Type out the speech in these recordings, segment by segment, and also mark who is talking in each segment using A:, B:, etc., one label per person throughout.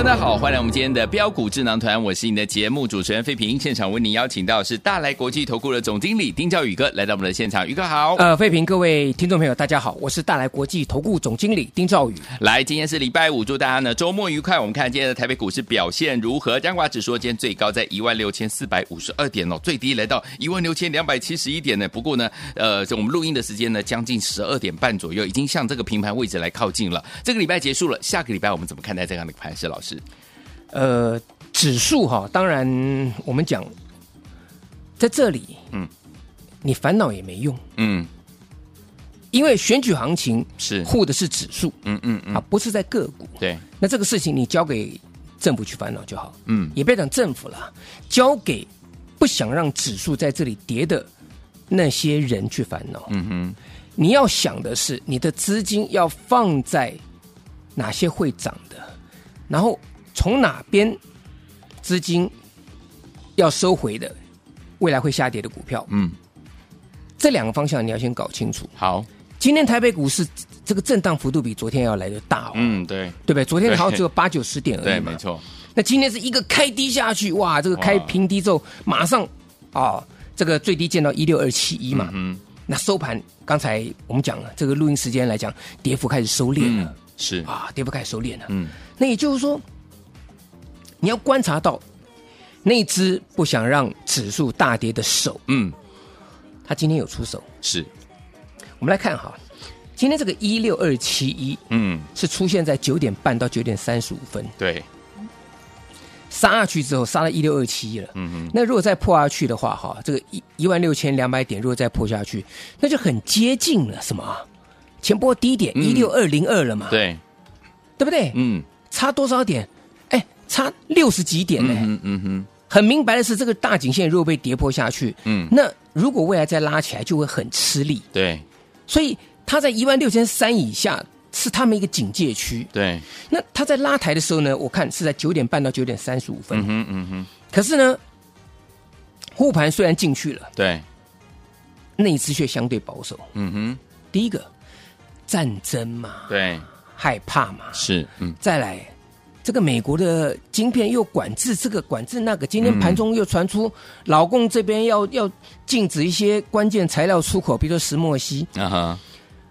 A: 大家好，欢迎来我们今天的标股智囊团，我是你的节目主持人费平。现场为您邀请到是大来国际投顾的总经理丁兆宇哥来到我们的现场，宇哥好。
B: 呃，费平，各位听众朋友，大家好，我是大来国际投顾总经理丁兆宇。
A: 来，今天是礼拜五，祝大家呢周末愉快。我们看今天的台北股市表现如何？加挂指数今天最高在一万六千四百五十二点哦，最低来到一万六千两百七十一点呢。不过呢，呃，我们录音的时间呢将近十二点半左右，已经向这个平盘位置来靠近了。这个礼拜结束了，下个礼拜我们怎么看待这样的盘势？老师？
B: 呃，指数哈、当然我们讲在这里，
A: 嗯
B: 嗯，你烦恼也没用，
A: 嗯，
B: 因为选举行情
A: 是，
B: 护的是指数
A: 嗯嗯
B: 啊
A: 嗯，，
B: 不是在个股。
A: 对，
B: 那这个事情你交给政府去烦恼就好，
A: 嗯
B: 也不要讲政府了，交给不想让指数在这里跌的那些人去烦恼。
A: 嗯哼，
B: 你要想的是，你的资金要放在哪些会涨的，然后从哪边资金要收回的，未来会下跌的股票，
A: 嗯，
B: 这两个方向你要先搞清楚。
A: 好，
B: 今天台北股市这个震荡幅度比昨天要来的大哦，
A: 嗯，对，
B: 对不对？昨天好像只有八九十点而
A: 对，
B: 已嘛
A: 没，错，
B: 那今天是一个开低下去，哇，这个开
A: 哇
B: 平低之后马上啊、这个最低见到一六二七一嘛，
A: 嗯
B: 那收盘，刚才我们讲了，这个录音时间来讲，跌幅开始收敛
A: 嗯
B: 了、，
A: 是，
B: 啊，跌幅开始收敛了。
A: 嗯
B: 那也就是说，你要观察到那只不想让指数大跌的手，
A: 嗯，
B: 它今天有出手。
A: 是，
B: 我们来看哈，今天这个一六二七一
A: 嗯，
B: 是出现在九点半到九点三十五分，
A: 对，
B: 杀下去之后杀到一六二七一了。
A: 嗯
B: 那如果再破下去的话，哈，这个一一万六千两百点，如果再破下去，那就很接近了什么啊？前波低点
A: 嗯
B: 一六二零二了嘛，
A: 哼，对，
B: 对不对？
A: 嗯，
B: 差多少点？哎，差六十几点呢、
A: 嗯嗯哼，
B: 很明白的是，这个大颈线如果被跌破下去，
A: 嗯，
B: 那如果未来再拉起来，就会很吃力。
A: 对
B: 所以它在一万六千三以下是他们一个警戒区。
A: 对，
B: 那它在拉抬的时候呢，我看是在九点半到九点三十五分。
A: 嗯哼嗯哼，
B: 可是呢，护盘虽然进去了，
A: 对，
B: 内资却相对保守。
A: 嗯哼，
B: 第一个，战争嘛，
A: 对，
B: 害怕嘛，
A: 是，嗯
B: 再来，这个美国的晶片又管制这个管制那个，今天盘中又传出
A: 嗯
B: 老共这边要要禁止一些关键材料出口，比如说石墨烯
A: 啊哈，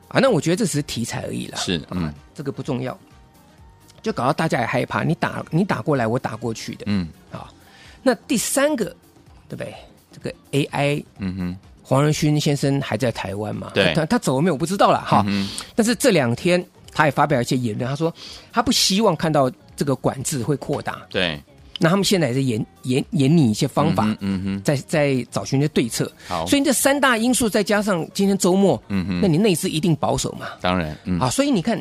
B: 啊。那我觉得这只是题材而已啦，
A: 是，嗯
B: 这个不重要，就搞到大家也害怕，你打你打过来，我打过去的
A: 嗯
B: 啊。那第三个，对不对？这个 AI
A: 嗯哼，
B: 黄仁勋先生还在台湾嘛？
A: 对
B: 他他走了没有？我不知道了哈。
A: 嗯
B: 但是这两天他也发表一些言论，他说他不希望看到这个管制会扩大。
A: 对，
B: 那他们现在也在研研研拟一些方法，
A: 嗯哼，
B: 在在找寻一些对策。
A: 好，
B: 所以这三大因素再加上今天周末，
A: 嗯哼
B: 那你内资一定保守嘛？
A: 当然，嗯，
B: 啊，所以你看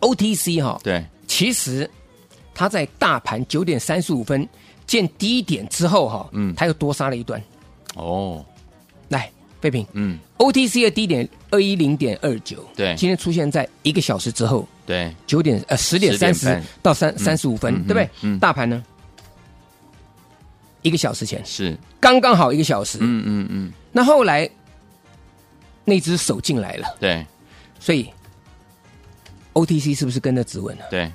B: OTC 哈、
A: 对，
B: 其实它在大盘九点三十五分见低点之后哈、
A: 嗯
B: 它又多杀了一段。
A: 哦，
B: 来，废品
A: 嗯，
B: OTC 的低点二一零点二九，
A: 对
B: 今天出现在一个小时之后。
A: 对，
B: 九点呃十点三十
A: 10
B: 到三三十五分，
A: 嗯
B: 对不对？
A: 嗯
B: 大盘呢，一个小时前
A: 是，
B: 刚刚好一个小时。
A: 嗯嗯嗯，
B: 那后来那只手进来了，
A: 对
B: 所以 OTC 是不是跟着指纹了？
A: 对，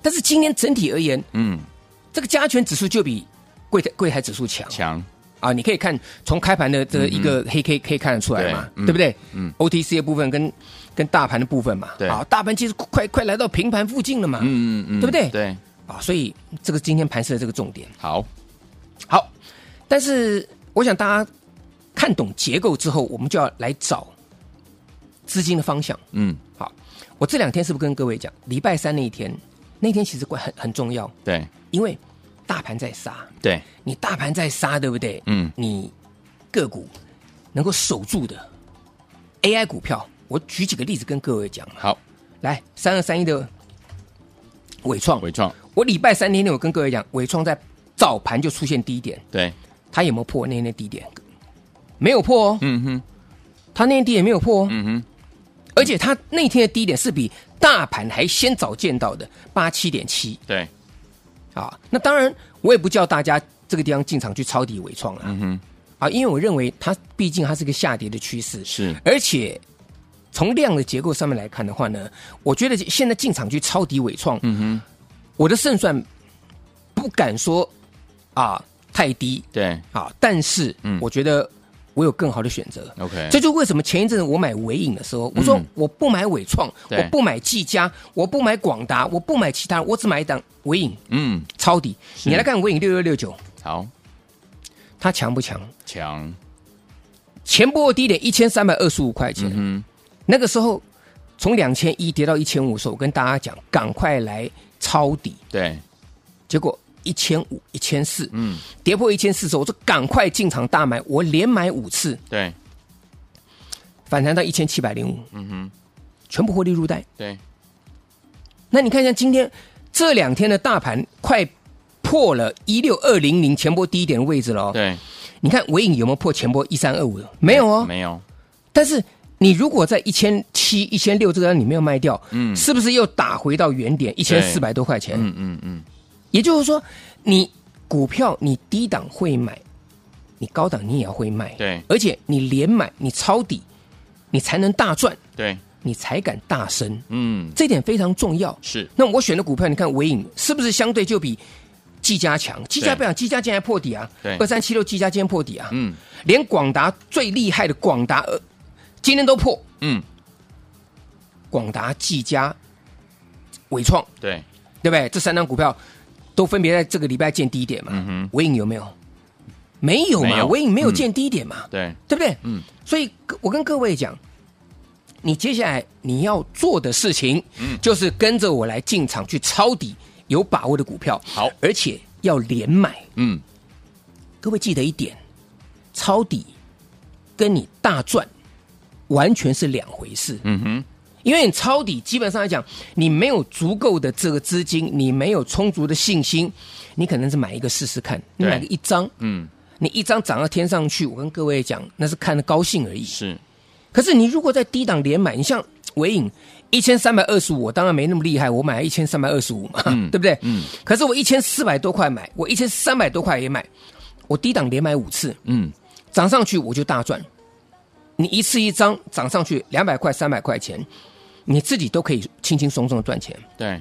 B: 但是今天整体而言，
A: 嗯，
B: 这个加权指数就比柜台柜台指数强
A: 强，嗯
B: 啊！你可以看从开盘的这个一个黑 K 可以看得出来嘛，
A: 对嗯
B: 对不对？
A: 嗯
B: ，OTC 的部分跟跟大盘的部分嘛，
A: 对
B: 啊，大盘其实快快来到平盘附近了嘛，
A: 嗯嗯嗯，对，
B: 啊，所以这个今天盘市的这个重点。
A: 好，
B: 好，但是我想大家看懂结构之后，我们就要来找资金的方向。
A: 嗯，
B: 好，我这两天是不是跟各位讲，礼拜三那一天，那天其实关很很重要，
A: 对，
B: 因为大盘在杀，
A: 对，
B: 你大盘在杀，对不对？
A: 嗯
B: 你个股能够守住的 AI 股票，我举几个例子跟各位讲嘛。
A: 好，
B: 来，三二三一的伟创，
A: 伟创，
B: 我礼拜三那天我跟各位讲，伟创在早盘就出现低点，
A: 对，
B: 它有没有破那天的低点？没有破哦，
A: 嗯哼，
B: 它那天低点没有破哦，
A: 嗯哼，
B: 而且它那天的低点是比大盘还先早见到的八七点七。
A: 对，
B: 啊。那当然，我也不叫大家这个地方进场去抄底伟创了，嗯
A: 哼，
B: 啊，因为我认为它毕竟它是个下跌的趋势，
A: 是
B: 而且从量的结构上面来看的话呢，我觉得现在进场去抄底伟创，嗯哼，我的胜算不敢说啊太低
A: 对
B: 啊，但是
A: 嗯
B: 我觉得我有更好的选择，
A: ，OK，
B: 这就为什么前一阵子我买伟影的时候，我说
A: 嗯
B: 我不买伟创，
A: 对
B: 我不买技嘉，我不买广达，我不买其他，我只买一档伟影
A: 嗯，
B: 抄底。你来看伟影六六六九，
A: 好，
B: 它强不强？
A: 强，
B: 前波的低点一千三百二十五块钱，
A: 嗯
B: 那个时候从两千一跌到一千五的时候，我跟大家讲，赶快来抄底。
A: 哼，对，
B: 结果一千五、一千四，
A: 嗯，
B: 跌破一千四的时候，我说赶快进场大买，我连买五次，
A: 对，
B: 反弹到一千七百零五，
A: 嗯哼，
B: 全部获利入袋。
A: 对，
B: 那你看一下今天这两天的大盘快破了一六二零零前波低点的位置了哦。
A: 对，
B: 你看尾影有没有破前波一三二五的？没有哦。
A: 没有，
B: 但是你如果在一千七、一千六这个地方你没有卖掉，
A: 嗯
B: 是不是又打回到原点一千四百多块钱？
A: 嗯嗯嗯，
B: 也就是说，你股票你低档会买，你高档你也要会卖，
A: 对
B: 而且你连买你抄底，你才能大赚，
A: 对，
B: 你才敢大升，
A: 嗯，
B: 这点非常重要。
A: 是，
B: 那我选的股票，你看尾影是不是相对就比技嘉强？技嘉不讲，技嘉竟然破底啊
A: 对！
B: 二三七六技嘉今天破底啊！
A: 嗯
B: 连广达最厉害的广达，呃今天都破。
A: 嗯，
B: 广达、技嘉、伟创，
A: 对，
B: 对不对？这三张股票都分别在这个礼拜见低点
A: 嗯
B: 嘛
A: 哼。
B: 尾影有没有？没有
A: 没
B: 嘛，
A: 有
B: 尾影没有
A: 嗯
B: 见低点嘛，
A: 对，
B: 对不对？
A: 嗯，
B: 所以我跟各位讲，你接下来你要做的事情，
A: 嗯
B: 就是跟着我来进场去抄底有把握的股票，
A: 好
B: 而且要连买。
A: 嗯，
B: 各位记得一点，抄底跟你大赚完全是两回事。
A: 嗯哼，
B: 因为你抄底，基本上来讲，你没有足够的这个资金，你没有充足的信心，你可能是买一个试试看，你
A: 对
B: 买个一张，
A: 嗯，
B: 你一张涨到天上去，我跟各位讲，那是看得高兴而已。
A: 是，
B: 可是你如果在低档连买，你像伟影一千三百二十五，我当然没那么厉害，我买一千三百二十五嘛， 对不对？
A: 嗯。
B: 可是我一千四百多块买，我一千三百多块也买，我低档连买五次，
A: 嗯，
B: 涨上去我就大赚。你一次一张涨上去两百块、三百块钱，你自己都可以轻轻松松的赚钱。
A: 对，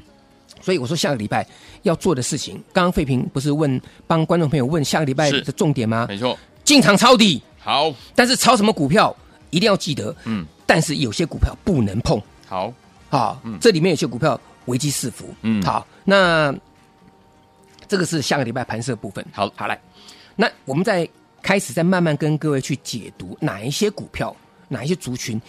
B: 所以我说下个礼拜要做的事情，刚刚费平不是问帮观众朋友问下个礼拜
A: 是
B: 的重点吗？
A: 没错，
B: 进场抄底，
A: 好，
B: 但是抄什么股票一定要记得，
A: 嗯，
B: 但是有些股票不能碰
A: 好，
B: 啊，这里面有些股票危机四伏，
A: 嗯
B: 好，那这个是下个礼拜盘市的部分，
A: 好
B: 好来，那我们再开始再慢慢跟各位去解读哪一些股票，哪一些族群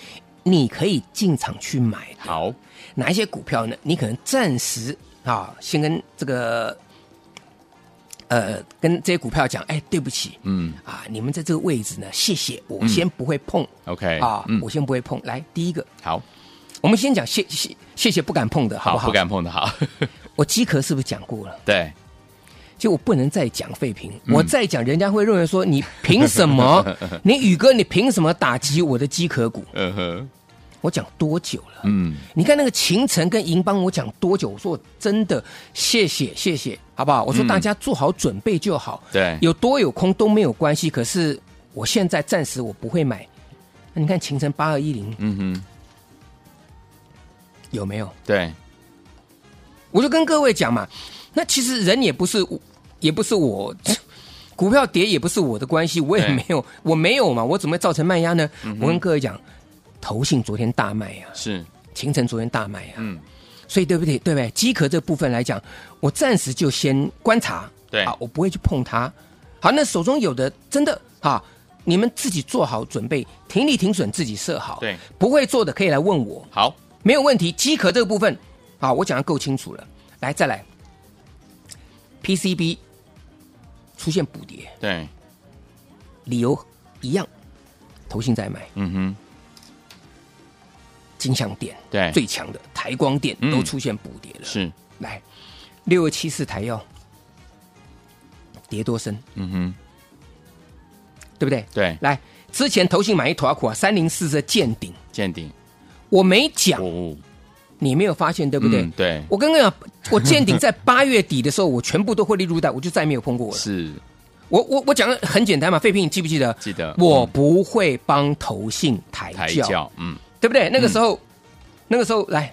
B: 你可以进场去买的，
A: 好，
B: 哪一些股票呢？你可能暂时啊，先跟这个呃，跟这些股票讲，哎，对不起，
A: 嗯
B: 啊，你们在这个位置呢，谢谢，我先不会碰、
A: ，OK，
B: 啊，
A: 嗯
B: 我，先不会碰。来，第一个，
A: 好，
B: 我们先讲谢谢谢谢不敢碰的，好
A: 好，
B: 不好？
A: 不敢碰的好，
B: 我饥壳是不是讲过了？
A: 对，
B: 就我不能再讲废品，我再讲，人家会认为说你凭什么？你宇哥，你凭什么打击我的饥壳股？
A: 嗯哼，
B: 我讲多久了？
A: 嗯，
B: 你看那个秦城跟银邦，我讲多久？我说我真的谢谢谢谢，好不好？我说大家做好准备就好，
A: 对，
B: 有多有空都没有关系。可是我现在暂时我不会买。那你看秦城八二一零
A: 嗯哼，
B: 有没有？
A: 对，
B: 我就跟各位讲嘛，那其实人也不是，也不是我。股票跌也不是我的关系，我也
A: 哎对嗯
B: 没有，我没有嘛，我怎么会造成卖压呢？我跟各位讲，投信昨天大卖呀、啊，
A: 是，
B: 秦城昨天大卖呀、啊，
A: 嗯，
B: 所以对不对？对不对？饥壳这部分来讲，我暂时就先观察，
A: 对
B: 啊，我不会去碰它。好，那手中有的真的啊，你们自己做好准备，停利停损自己设好，
A: 对，
B: 不会做的可以来问我，
A: 好，
B: 没有问题。饥壳这个部分，啊，我讲的够清楚了。来，再来，PCB 出现补跌，
A: 对，
B: 理由一样，投信在买，
A: 嗯哼，
B: 金像店
A: 对
B: 最强的台光电
A: 哎嗯
B: 都出现补跌了。
A: 是，
B: 来，六二七四台药跌多深，
A: 嗯哼，
B: 对不对？
A: 对，
B: 来，之前投信买一坨苦啊，三零四的见顶，
A: 见顶，
B: 我没讲，
A: 哦，
B: 你没有发现啊对不对？
A: 嗯对
B: 我刚刚讲，我见顶在八月底的时候，我全部都获利入袋，我就再没有碰过了。
A: 是，
B: 我我我讲的很简单嘛，废品你记不记得？
A: 记得
B: 我
A: 嗯
B: 不会帮投信抬
A: 抬
B: 轿，
A: 轿，嗯，
B: 对不对？那个时候，那个时候来，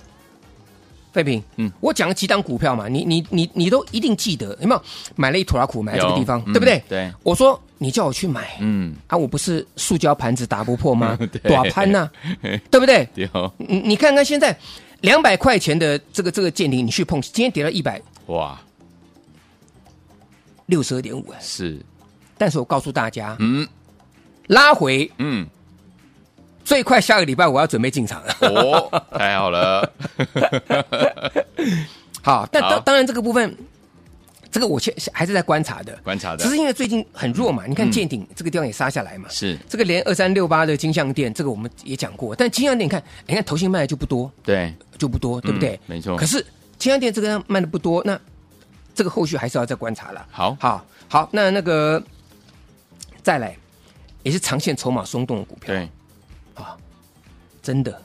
B: 废品，
A: 嗯
B: 嗯，我讲了几档股票嘛，你你你你都一定记得，有没有？买了一坨拉股，买了这个
A: 有
B: 地方，
A: 嗯
B: 对不对？
A: 对，
B: 我说你叫我去买，
A: 嗯，？
B: 啊，我不是塑胶盘子打不破吗
A: 对
B: 短盘呐、对不对？
A: 丢，
B: 你你看看现在两百块钱的这个这个舰艇，你去碰，今天跌到一百
A: 哇，
B: 六十二点五，
A: 是，
B: 但是我告诉大家，
A: 嗯
B: 拉回
A: 嗯，
B: 最快下个礼拜我要准备进场 了。
A: 哦，太好了，
B: 好，但
A: 好
B: 当当然这个部分，这个我现还是在观察的，
A: 观察的
B: 只是因为最近很弱嘛，你看
A: 嗯
B: 舰艇这个地方也杀下来嘛，
A: 是
B: 这个连二三六八的金像店，这个我们也讲过，但金像店你看，你看投信卖的就不多，
A: 对，
B: 就不多，对不对？
A: 嗯没错
B: 可是金像店这个量卖的不多，那这个后续还是要再观察了。
A: 好
B: 好，好，那那个再来，也是长线筹码松动的股票，
A: 对，
B: 真的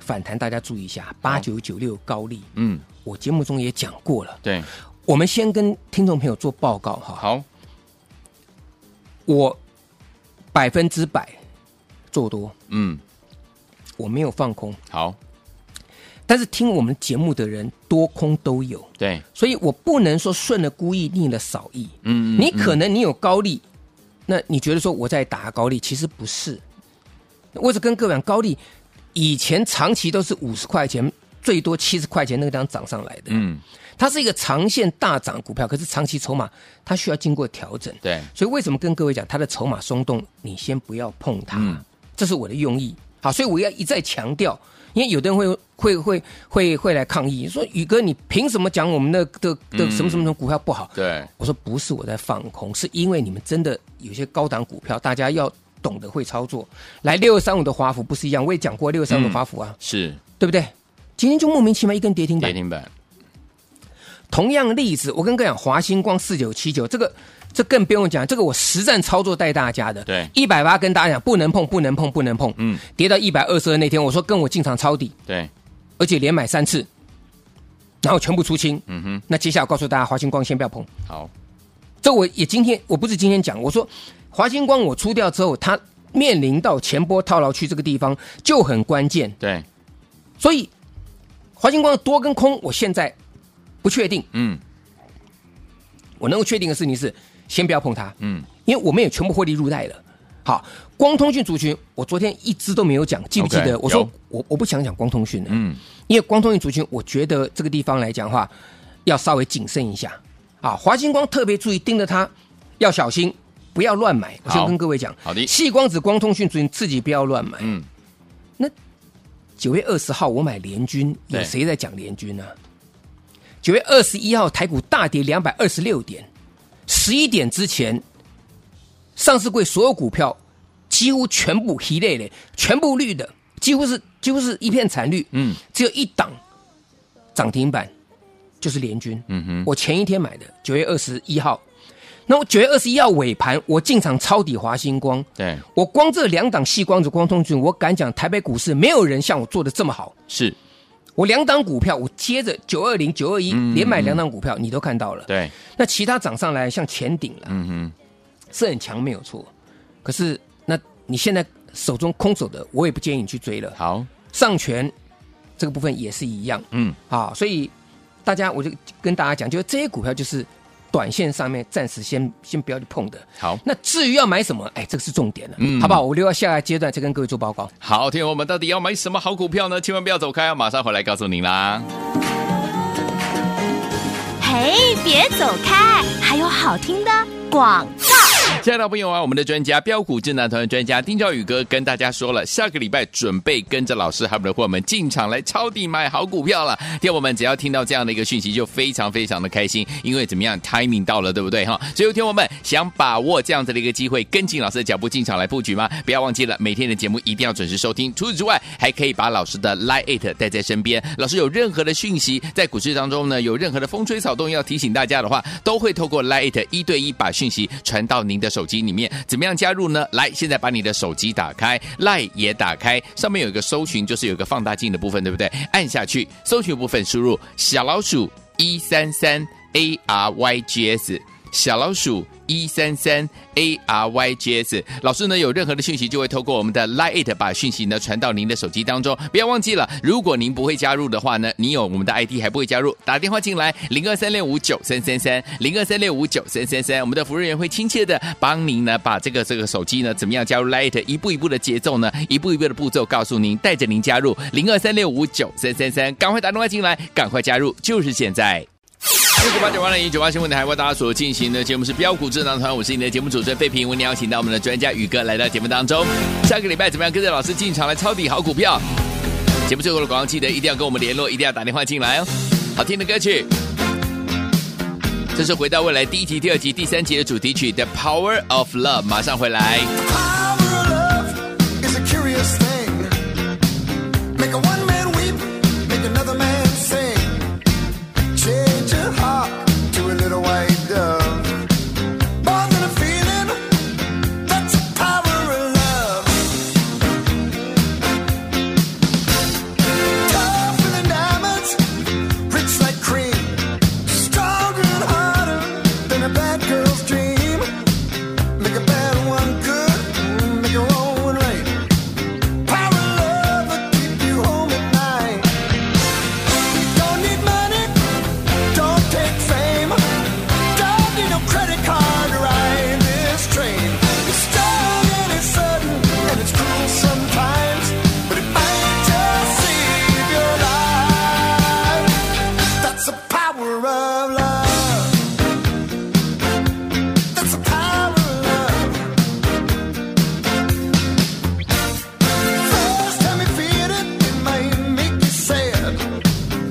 B: 反弹，大家注意一下，八九九六高利，
A: 嗯，
B: 我节目中也讲过了。
A: 对，
B: 我们先跟听众朋友做报告哈，
A: 好，
B: 我百分之百做多，
A: 嗯，
B: 我没有放空，
A: 好，
B: 但是听我们节目的人多空都有，
A: 对，
B: 所以我不能说顺了孤意逆了少意。
A: 嗯，嗯
B: 你可
A: 嗯
B: 能你有高利，那你觉得说我在打高利，其实不是。我只跟各位讲，高利以前长期都是五十块钱，最多七十块钱那个地方涨上来的，
A: 嗯，
B: 它是一个长线大涨股票，可是长期筹码它需要经过调整。
A: 对，
B: 所以为什么跟各位讲它的筹码松动，你先不要碰它，
A: 嗯
B: 这是我的用意。好，所以我要一再强调，因为有的人会会会会会来抗议，说宇哥你凭什么讲我们的的的什么什么什么股票不好？
A: 对，
B: 我说不是我在放空，是因为你们真的有些高档股票，大家要懂得会操作。来六三五的华孚不是一样，我也讲过六三五的华孚啊，
A: 是
B: 对不对？今天就莫名其妙一根跌停板
A: 跌，停板，
B: 同样的例子，我跟各位讲，华星光四九七九这个，这更不用讲，这个我实战操作带大家的。
A: 对
B: 一百八跟大家讲，不能碰，不能碰，不能碰。
A: 嗯，
B: 跌到一百二十二那天，我说跟我进场抄底，
A: 对，
B: 而且连买三次，然后全部出清。
A: 嗯哼，
B: 那接下来我告诉大家，华星光先不要碰。
A: 好，
B: 这我也今天我不是今天讲，我说华星光我出掉之后，它面临到前波套牢区这个地方就很关键，
A: 对，
B: 所以华星光的多跟空，我现在不确定。
A: 嗯
B: 我能够确定的事情是，先不要碰它，
A: 嗯，
B: 因为我们也全部获利入袋了。好，光通讯族群，我昨天一直都没有讲，记不记
A: OK，
B: 得？我说
A: 有
B: 我我不想讲光通讯的，
A: 嗯，
B: 因为光通讯族群，我觉得这个地方来讲的话，要稍微谨慎一下啊。华星光特别注意盯着它，要小心，不要乱买。我
A: 好
B: 先跟各位讲，
A: 好的
B: 细光子光通讯族群自己不要乱买。
A: 嗯，
B: 九月二十号我买联军，有
A: 对
B: 谁在讲联军呢、啊九月二十一号台股大跌两百二十六点，十一点之前，上市柜所有股票几乎全部 E 黑类的，全部绿的，几乎是几乎是一片惨绿，
A: 嗯，
B: 只有一档涨停板，就是联军。
A: 嗯哼，
B: 我前一天买的，九月二十一号。那我九月二十一号尾盘，我进场抄底华星光，
A: 对，
B: 我光这两档细光子光通讯，我敢讲台北股市没有人像我做的这么好。
A: 是，
B: 我两档股票，我接着九二零、九二一
A: 嗯
B: 连买两档股票，你都看到了。
A: 对，
B: 那其他涨上来，像前顶了，
A: 嗯哼，
B: 是很强没有错。可是，那你现在手中空手的，我也不建议你去追了。
A: 好，
B: 上权这个部分也是一样
A: 嗯，
B: 啊，所以大家我就跟大家讲，就是这些股票就是短线上面暂时先先不要去碰的。
A: 好。
B: 那至于要买什么，哎，这个是重点了，
A: 嗯
B: 好不好？我留到下个阶段再跟各位做报告。
A: 好，听我们到底要买什么好股票呢？千万不要走开啊，马上回来告诉您啦。
C: 嘿，别走开，还有好听的广告。
A: 亲爱的朋友啊，我们的专家标股智囊团的专家丁兆宇哥跟大家说了，下个礼拜准备跟着老师还有我们的伙伴们进场来抄底买好股票了。听我们只要听到这样的一个讯息，就非常非常的开心，因为怎么样，timing 到了，对不对哈？所以，听我们想把握这样子的一个机会，跟紧老师的脚步进场来布局吗？不要忘记了，每天的节目一定要准时收听。除此之外，还可以把老师的 Line It 带在身边。老师有任何的讯息在股市当中呢，有任何的风吹草动要提醒大家的话，都会透过 Line It 一对一把讯息传到您的手机里面。怎么样加入呢？来，现在把你的手机打开，Line 也打开，上面有一个搜寻，就是有一个放大镜的部分，对不对？按下去，搜寻部分输入小老鼠一三三 A R Y G S。小老鼠一三三 a r y g s。老师呢有任何的讯息，就会透过我们的 Line It 把讯息呢传到您的手机当中。不要忘记了，如果您不会加入的话呢，你有我们的 ID 还不会加入，打电话进来零二三六五九三三三零二三六五九三三三，我们的服务人员会亲切的帮您呢把这个这个手机呢怎么样加入 Line It，一步一步的节奏呢，一步一步的步骤告诉您，带着您加入零二三六五九三三三，赶快打电话进来，赶快加入，就是现在。六九八九八零一九八新闻台为大家所进行的节目是标股智囊团，我是你的节目主持人费平，我们邀请到我们的专家宇哥来到节目当中。下个礼拜怎么样跟着老师进场来抄底好股票？节目最后的广告记得一定要跟我们联络，一定要打电话进来哦。好听的歌曲，这是回到未来第一集、第二集、第三集的主题曲《The Power of Love》，马上回来。
C: Power of love is a curious thing. Make a one man weep, make another man sing. Change your heart to a little white dove. More than a feeling, that's the power of love. Tougher than diamonds, rich like cream, stronger and harder than a bad girl's dream. Make a bad one good, mm, make a wrong one right. Power of love will keep you home at night. Don't need money, don't take fame, don't need no credit card to ride this train. It's strong and it's sudden and it's cruel sometimes, but it might just save your life. That's the power of love. That's the power of love. First time you feel it, it might make you sad.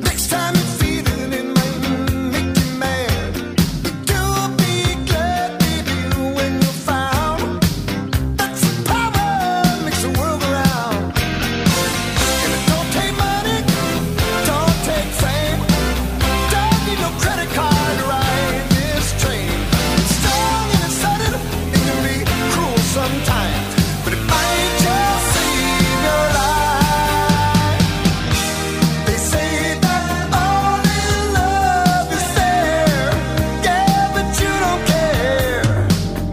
C: Next time you feel it, it might make you mad. But do be glad, baby, when you found. That's the power makes the world go round. And it don't take money, don't take fame, don't need no credit card to ride this train. It's strong and it's sudden, it can be cruel sometimes, but it might just save your life. They say that all in love is fair, yeah, but you don't care.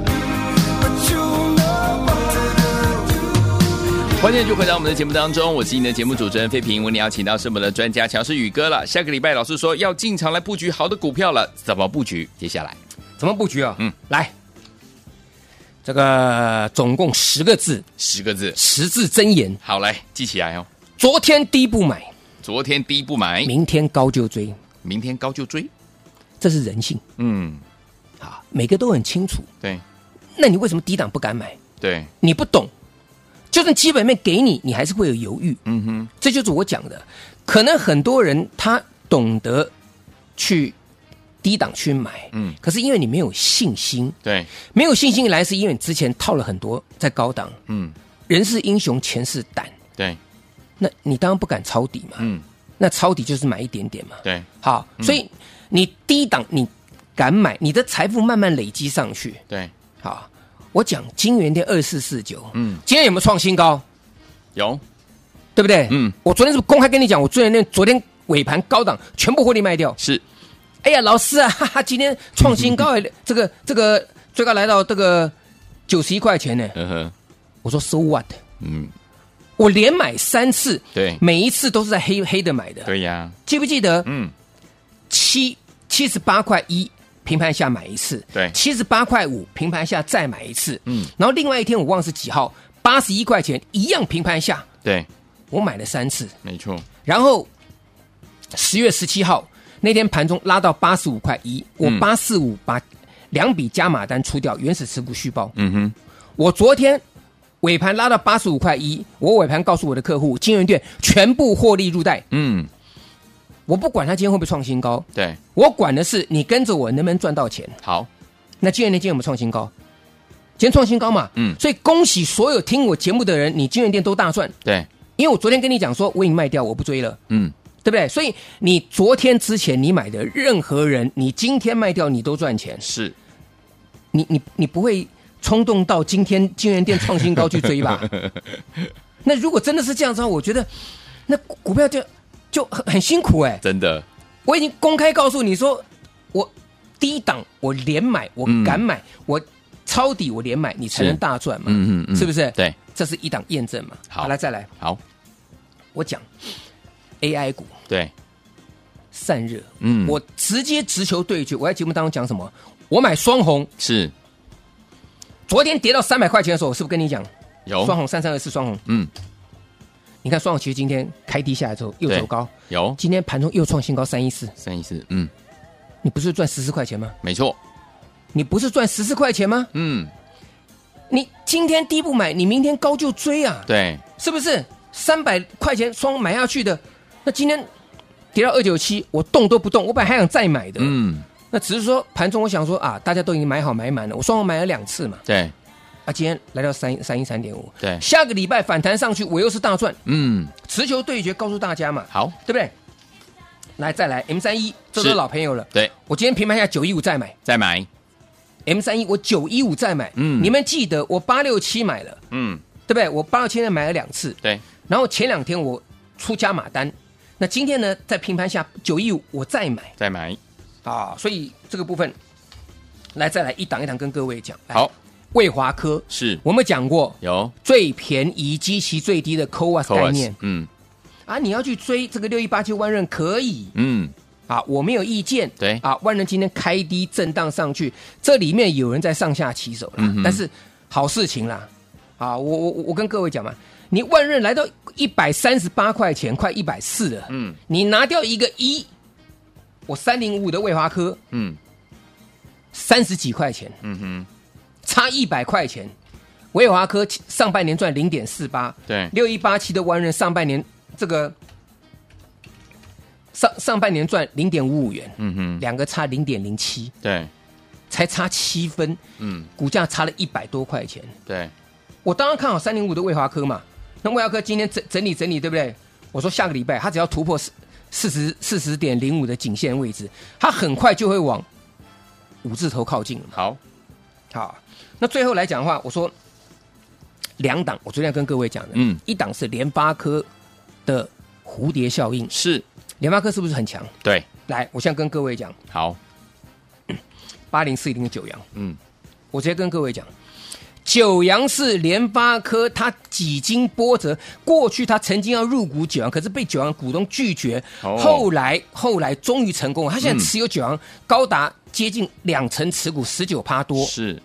C: But you know what to do.
A: 欢迎继续回到我们的节目当中，我是你的节目主持人费平。为你邀请到是我们的专家乔氏宇哥了。下个礼拜老师说要进场来布局好的股票了，怎么布局？接下来
B: 怎么布局啊？
A: 嗯
B: 嗯，来，这个总共十个字，
A: 十个字，
B: 十字真言：
A: 好来记起来哦。
B: 昨天低不买，
A: 昨天低不买，
B: 明天高就追，
A: 明天高就追。
B: 这是人性
A: 嗯，
B: 啊，每个都很清楚。
A: 对
B: 那你为什么低档不敢买？
A: 对，
B: 你不懂，就算基本面给你，你还是会有犹豫。
A: 嗯哼，
B: 这就是我讲的，可能很多人他懂得去低档去买，
A: 嗯
B: 嗯，可是因为你没有信心，
A: 对，
B: 没有信心来是因为你之前套了很多在高档，
A: 嗯
B: 人是英雄，钱是胆，
A: 对，
B: 那你当然不敢抄底嘛，
A: 嗯
B: 那抄底就是买一点点嘛，
A: 对，
B: 好，所以你低档你敢买，你的财富慢慢累积上去，
A: 对，
B: 好，我讲金源店二四四九，
A: 嗯
B: 嗯，今天有没有创新高？
A: 有，
B: 对不对？
A: 嗯
B: 嗯，我昨天是不是公开跟你讲，我昨天那昨天尾盘高档全部获利卖掉。
A: 是，
B: 哎呀，老师啊，哈 哈，今天创新 高，这个这个最高来到这个九十一块钱呢。
A: 呵呵，
B: 我说 so what？
A: 嗯，
B: 我连买三次，
A: 对
B: 每一次都是在黑黑的买的。
A: 对呀，
B: 记不记得
A: 嗯，
B: 七七十八块一平盘下买一次，
A: 对
B: 七十八块五平盘下再买一次，
A: 嗯
B: 嗯，然后另外一天我忘了是几号，八十一块钱一样平盘下，
A: 对，
B: 我买了三次。
A: 没错，
B: 然后十月十七号那天盘中拉到八十五块一，我
A: 嗯
B: 八四五八，两笔加码单出掉，原始持股续报。
A: 嗯哼，
B: 我昨天尾盘拉到八十五块一，我尾盘告诉我的客户，金源店全部获利入袋。
A: 嗯，
B: 我不管它今天会不会创新高，
A: 对，
B: 我管的是你跟着我能不能赚到钱。
A: 好，
B: 那金源店今天有没有创新高？今天创新高嘛，
A: 嗯
B: 所以恭喜所有听我节目的人，你金源店都大赚，
A: 对，
B: 因为我昨天跟你讲说，我已经卖掉，我不追了。
A: 嗯，
B: 对不对？所以你昨天之前你买的任何人，你今天卖掉你都赚钱，
A: 是，
B: 你你你不会冲动到今天金源店创新高去追吧？那如果真的是这样子的话，我觉得那股股票就就很很辛苦哎、
A: 真的，
B: 我已经公开告诉你说，我低档我连买，我敢买，我抄底我连买，你才能大赚嘛，
A: 嗯嗯嗯嗯
B: 是不是？
A: 对，
B: 这是一档验证嘛。
A: 好
B: 来再来，
A: 好，
B: 我讲 AI 股
A: 对，
B: 散热，
A: 嗯，
B: 我直接直球对决。我在节目当中讲什么？我买双红，
A: 是
B: 昨天跌到三百块钱的时候，我是不是跟你讲
A: 有，
B: 双红三三二四双红？
A: 嗯，
B: 你看双红其实今天开低下来之后又
A: 对
B: 走高，
A: 有
B: 今天盘中又创新高三一四，
A: 三一四，嗯，
B: 你不是赚十四块钱吗？
A: 没错，
B: 你不是赚十四块钱吗？
A: 嗯，
B: 你今天低不买，你明天高就追啊，
A: 对，
B: 是不是？三百块钱双买下去的，那今天跌到二九七，我动都不动，我本来还想再买的，
A: 嗯，
B: 那只是说盘中我想说啊，大家都已经买好买满了，我双红买了两次嘛。
A: 对，
B: 啊，今天来到三三一三点五，
A: 对
B: 下个礼拜反弹上去，我又是大赚，
A: 嗯，
B: 持球对决告诉大家嘛，
A: 好，
B: 对不对？来再来 M 三一，这
A: 是
B: 都是老朋友了。
A: 对，
B: 我今天平盘下九一五再买
A: 再买，
B: M 三一，我九一五再买。
A: 嗯
B: 你们记得我八六七买了，
A: 嗯，
B: 对不对？我八六七买了两次，
A: 对，
B: 然后前两天我出加码单，那今天呢，在平盘下九一五我再买
A: 再买，
B: 啊，所以这个部分，来再来一档一档跟各位讲。来哎
A: 好，
B: 卫华科
A: 是
B: 我们讲过，
A: 有
B: 最便宜、基期最低的 COAS 概
A: Coas，
B: 念
A: 嗯
B: 啊，你要去追这个六一八七万润可以
A: 嗯，
B: 啊，我没有意见。
A: 对
B: 啊，万润今天开低震荡上去，这里面有人在上下起手啦，
A: 嗯哼
B: 但是好事情啦啊，我我我我跟各位讲嘛，你万润来到一百三十八块钱，快一百四了，
A: 嗯
B: 你拿掉一个一，我三零五的卫华科
A: 嗯
B: 三十几块钱，
A: 嗯哼，
B: 差一百块钱。维华科上半年赚零点四八，
A: 对
B: 六一八七的万润上半年这个上上半年赚零点五五元，
A: 嗯哼，
B: 两个差零点零七，
A: 对，
B: 才差七分，
A: 嗯
B: 股价差了一百多块钱。
A: 对，
B: 我当然看好三零五的卫华科嘛，那卫华科今天整整理整理，对不对？我说下个礼拜它只要突破四四十四十点零五的颈线位置，它很快就会往五字头靠近了。
A: 好，
B: 好，那最后来讲的话，我说两档，我昨天跟各位讲的，
A: 嗯
B: 一档是联发科的蝴蝶效应，
A: 是，
B: 联发科是不是很强？
A: 对，
B: 来，我现在跟各位讲，
A: 好，
B: 八零四零的九阳，
A: 嗯，
B: 我直接跟各位讲。九阳是联发科，它几经波折，过去它曾经要入股九阳，可是被九阳股东拒绝，
A: 哦
B: 后来后来终于成功了。它现
A: 嗯
B: 在持有九阳、高达接近两成持股，十九趴多，
A: 是，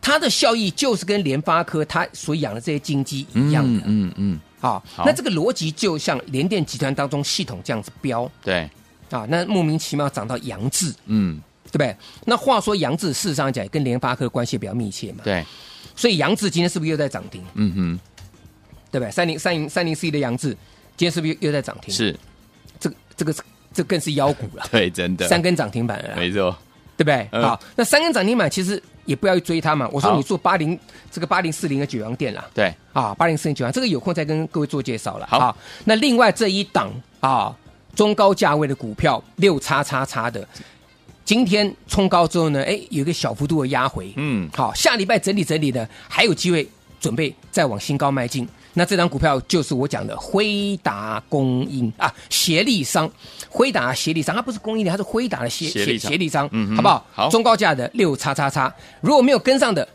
B: 它的效益就是跟联发科它所养的这些金鸡一样的
A: 嗯嗯，
B: 啊、
A: 好
B: 那这个逻辑就像联电集团当中系统这样子标
A: 对，
B: 啊，那莫名其妙涨到杨志，
A: 嗯
B: 对不对？那话说杨志事实上讲也跟联发科关系比较密切嘛，
A: 对，
B: 所以杨志今天是不是又在涨停？
A: 嗯哼，
B: 对不对？三零三零三零 C 的杨志今天是不是又在涨停？，
A: 是，
B: 这个这个这更是妖股了
A: 对，真的，
B: 三根涨停板了啦，
A: 没错，
B: 对不对？
A: 嗯
B: 好，那三根涨停板其实也不要去追它嘛。我说
A: 好
B: 你做八零这个八零四零的九阳店啦，
A: 对，
B: 啊，八零四零九啊，这个有空再跟各位做介绍了。
A: 好
B: 啊，那另外这一档啊，中高价位的股票六叉叉叉的，今天冲高之后呢，哎，有一个小幅度的压回，
A: 嗯
B: 好，下礼拜整理整理的，还有机会准备再往新高迈进。那这档股票就是我讲的辉达供应啊，协力商，辉达协力商，它不是供应链，它是辉达的协
A: 协力商
B: 协力商，
A: 嗯哼
B: 好不好？
A: 好
B: 中高价的六叉叉叉，如果没有跟上的，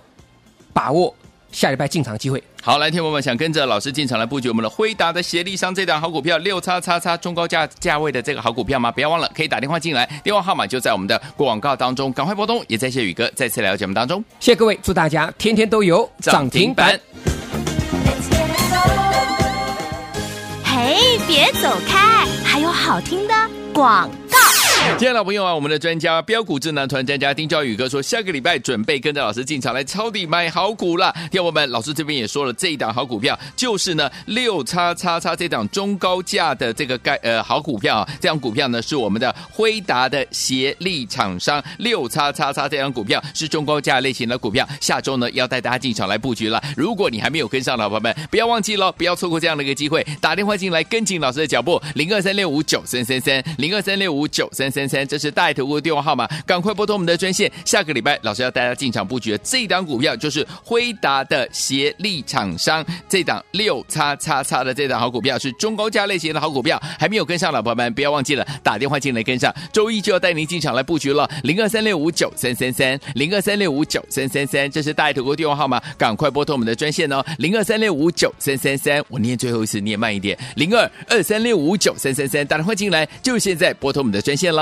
B: 把握下礼拜进场机会。
A: 好，来，天友们想跟着老师进场来布局我们的辉达的协力商这档好股票六叉叉叉中高价价位的这个好股票吗？不要忘了可以打电话进来，电话号码就在我们的广告当中，赶快拨通。也在谢宇哥再次来到节目当中，
B: 谢谢各位，祝大家天天都有涨停板。。
D: 嘿，别走开，还有好听的广告。
A: 亲爱的老朋友啊，我们的专家标股智囊团专家丁兆宇哥说，下个礼拜准备跟着老师进场来抄底买好股啦。听我们，老师这边也说了，这一档好股票就是呢六叉叉叉这档中高价的这个概呃好股票啊，这档股票呢是我们的辉达的协力厂商六叉叉叉这档股票是中高价类型的股票，下周呢要带大家进场来布局了。如果你还没有跟上的好朋友们，不要忘记喽，不要错过这样的一个机会，打电话进来跟紧老师的脚步，零二三六五九三三三，零二三六五九三三三，这是大爱投顾的电话号码，赶快拨通我们的专线。下个礼拜老师要带大家进场布局的这一档股票就是辉达的协力厂商，这档六叉叉叉的这档好股票是中高价类型的好股票，还没有跟上的朋友们不要忘记了打电话进来跟上，周一就要带您进场来布局了，零二三六五九三三三，零二三六五九三三三，这是大爱投顾的电话号码，赶快拨通我们的专线哦，零二三六五九三三三，我念最后一次念慢一点，零二二三六五九三三三，打电话进来就现在拨通我们的专线了。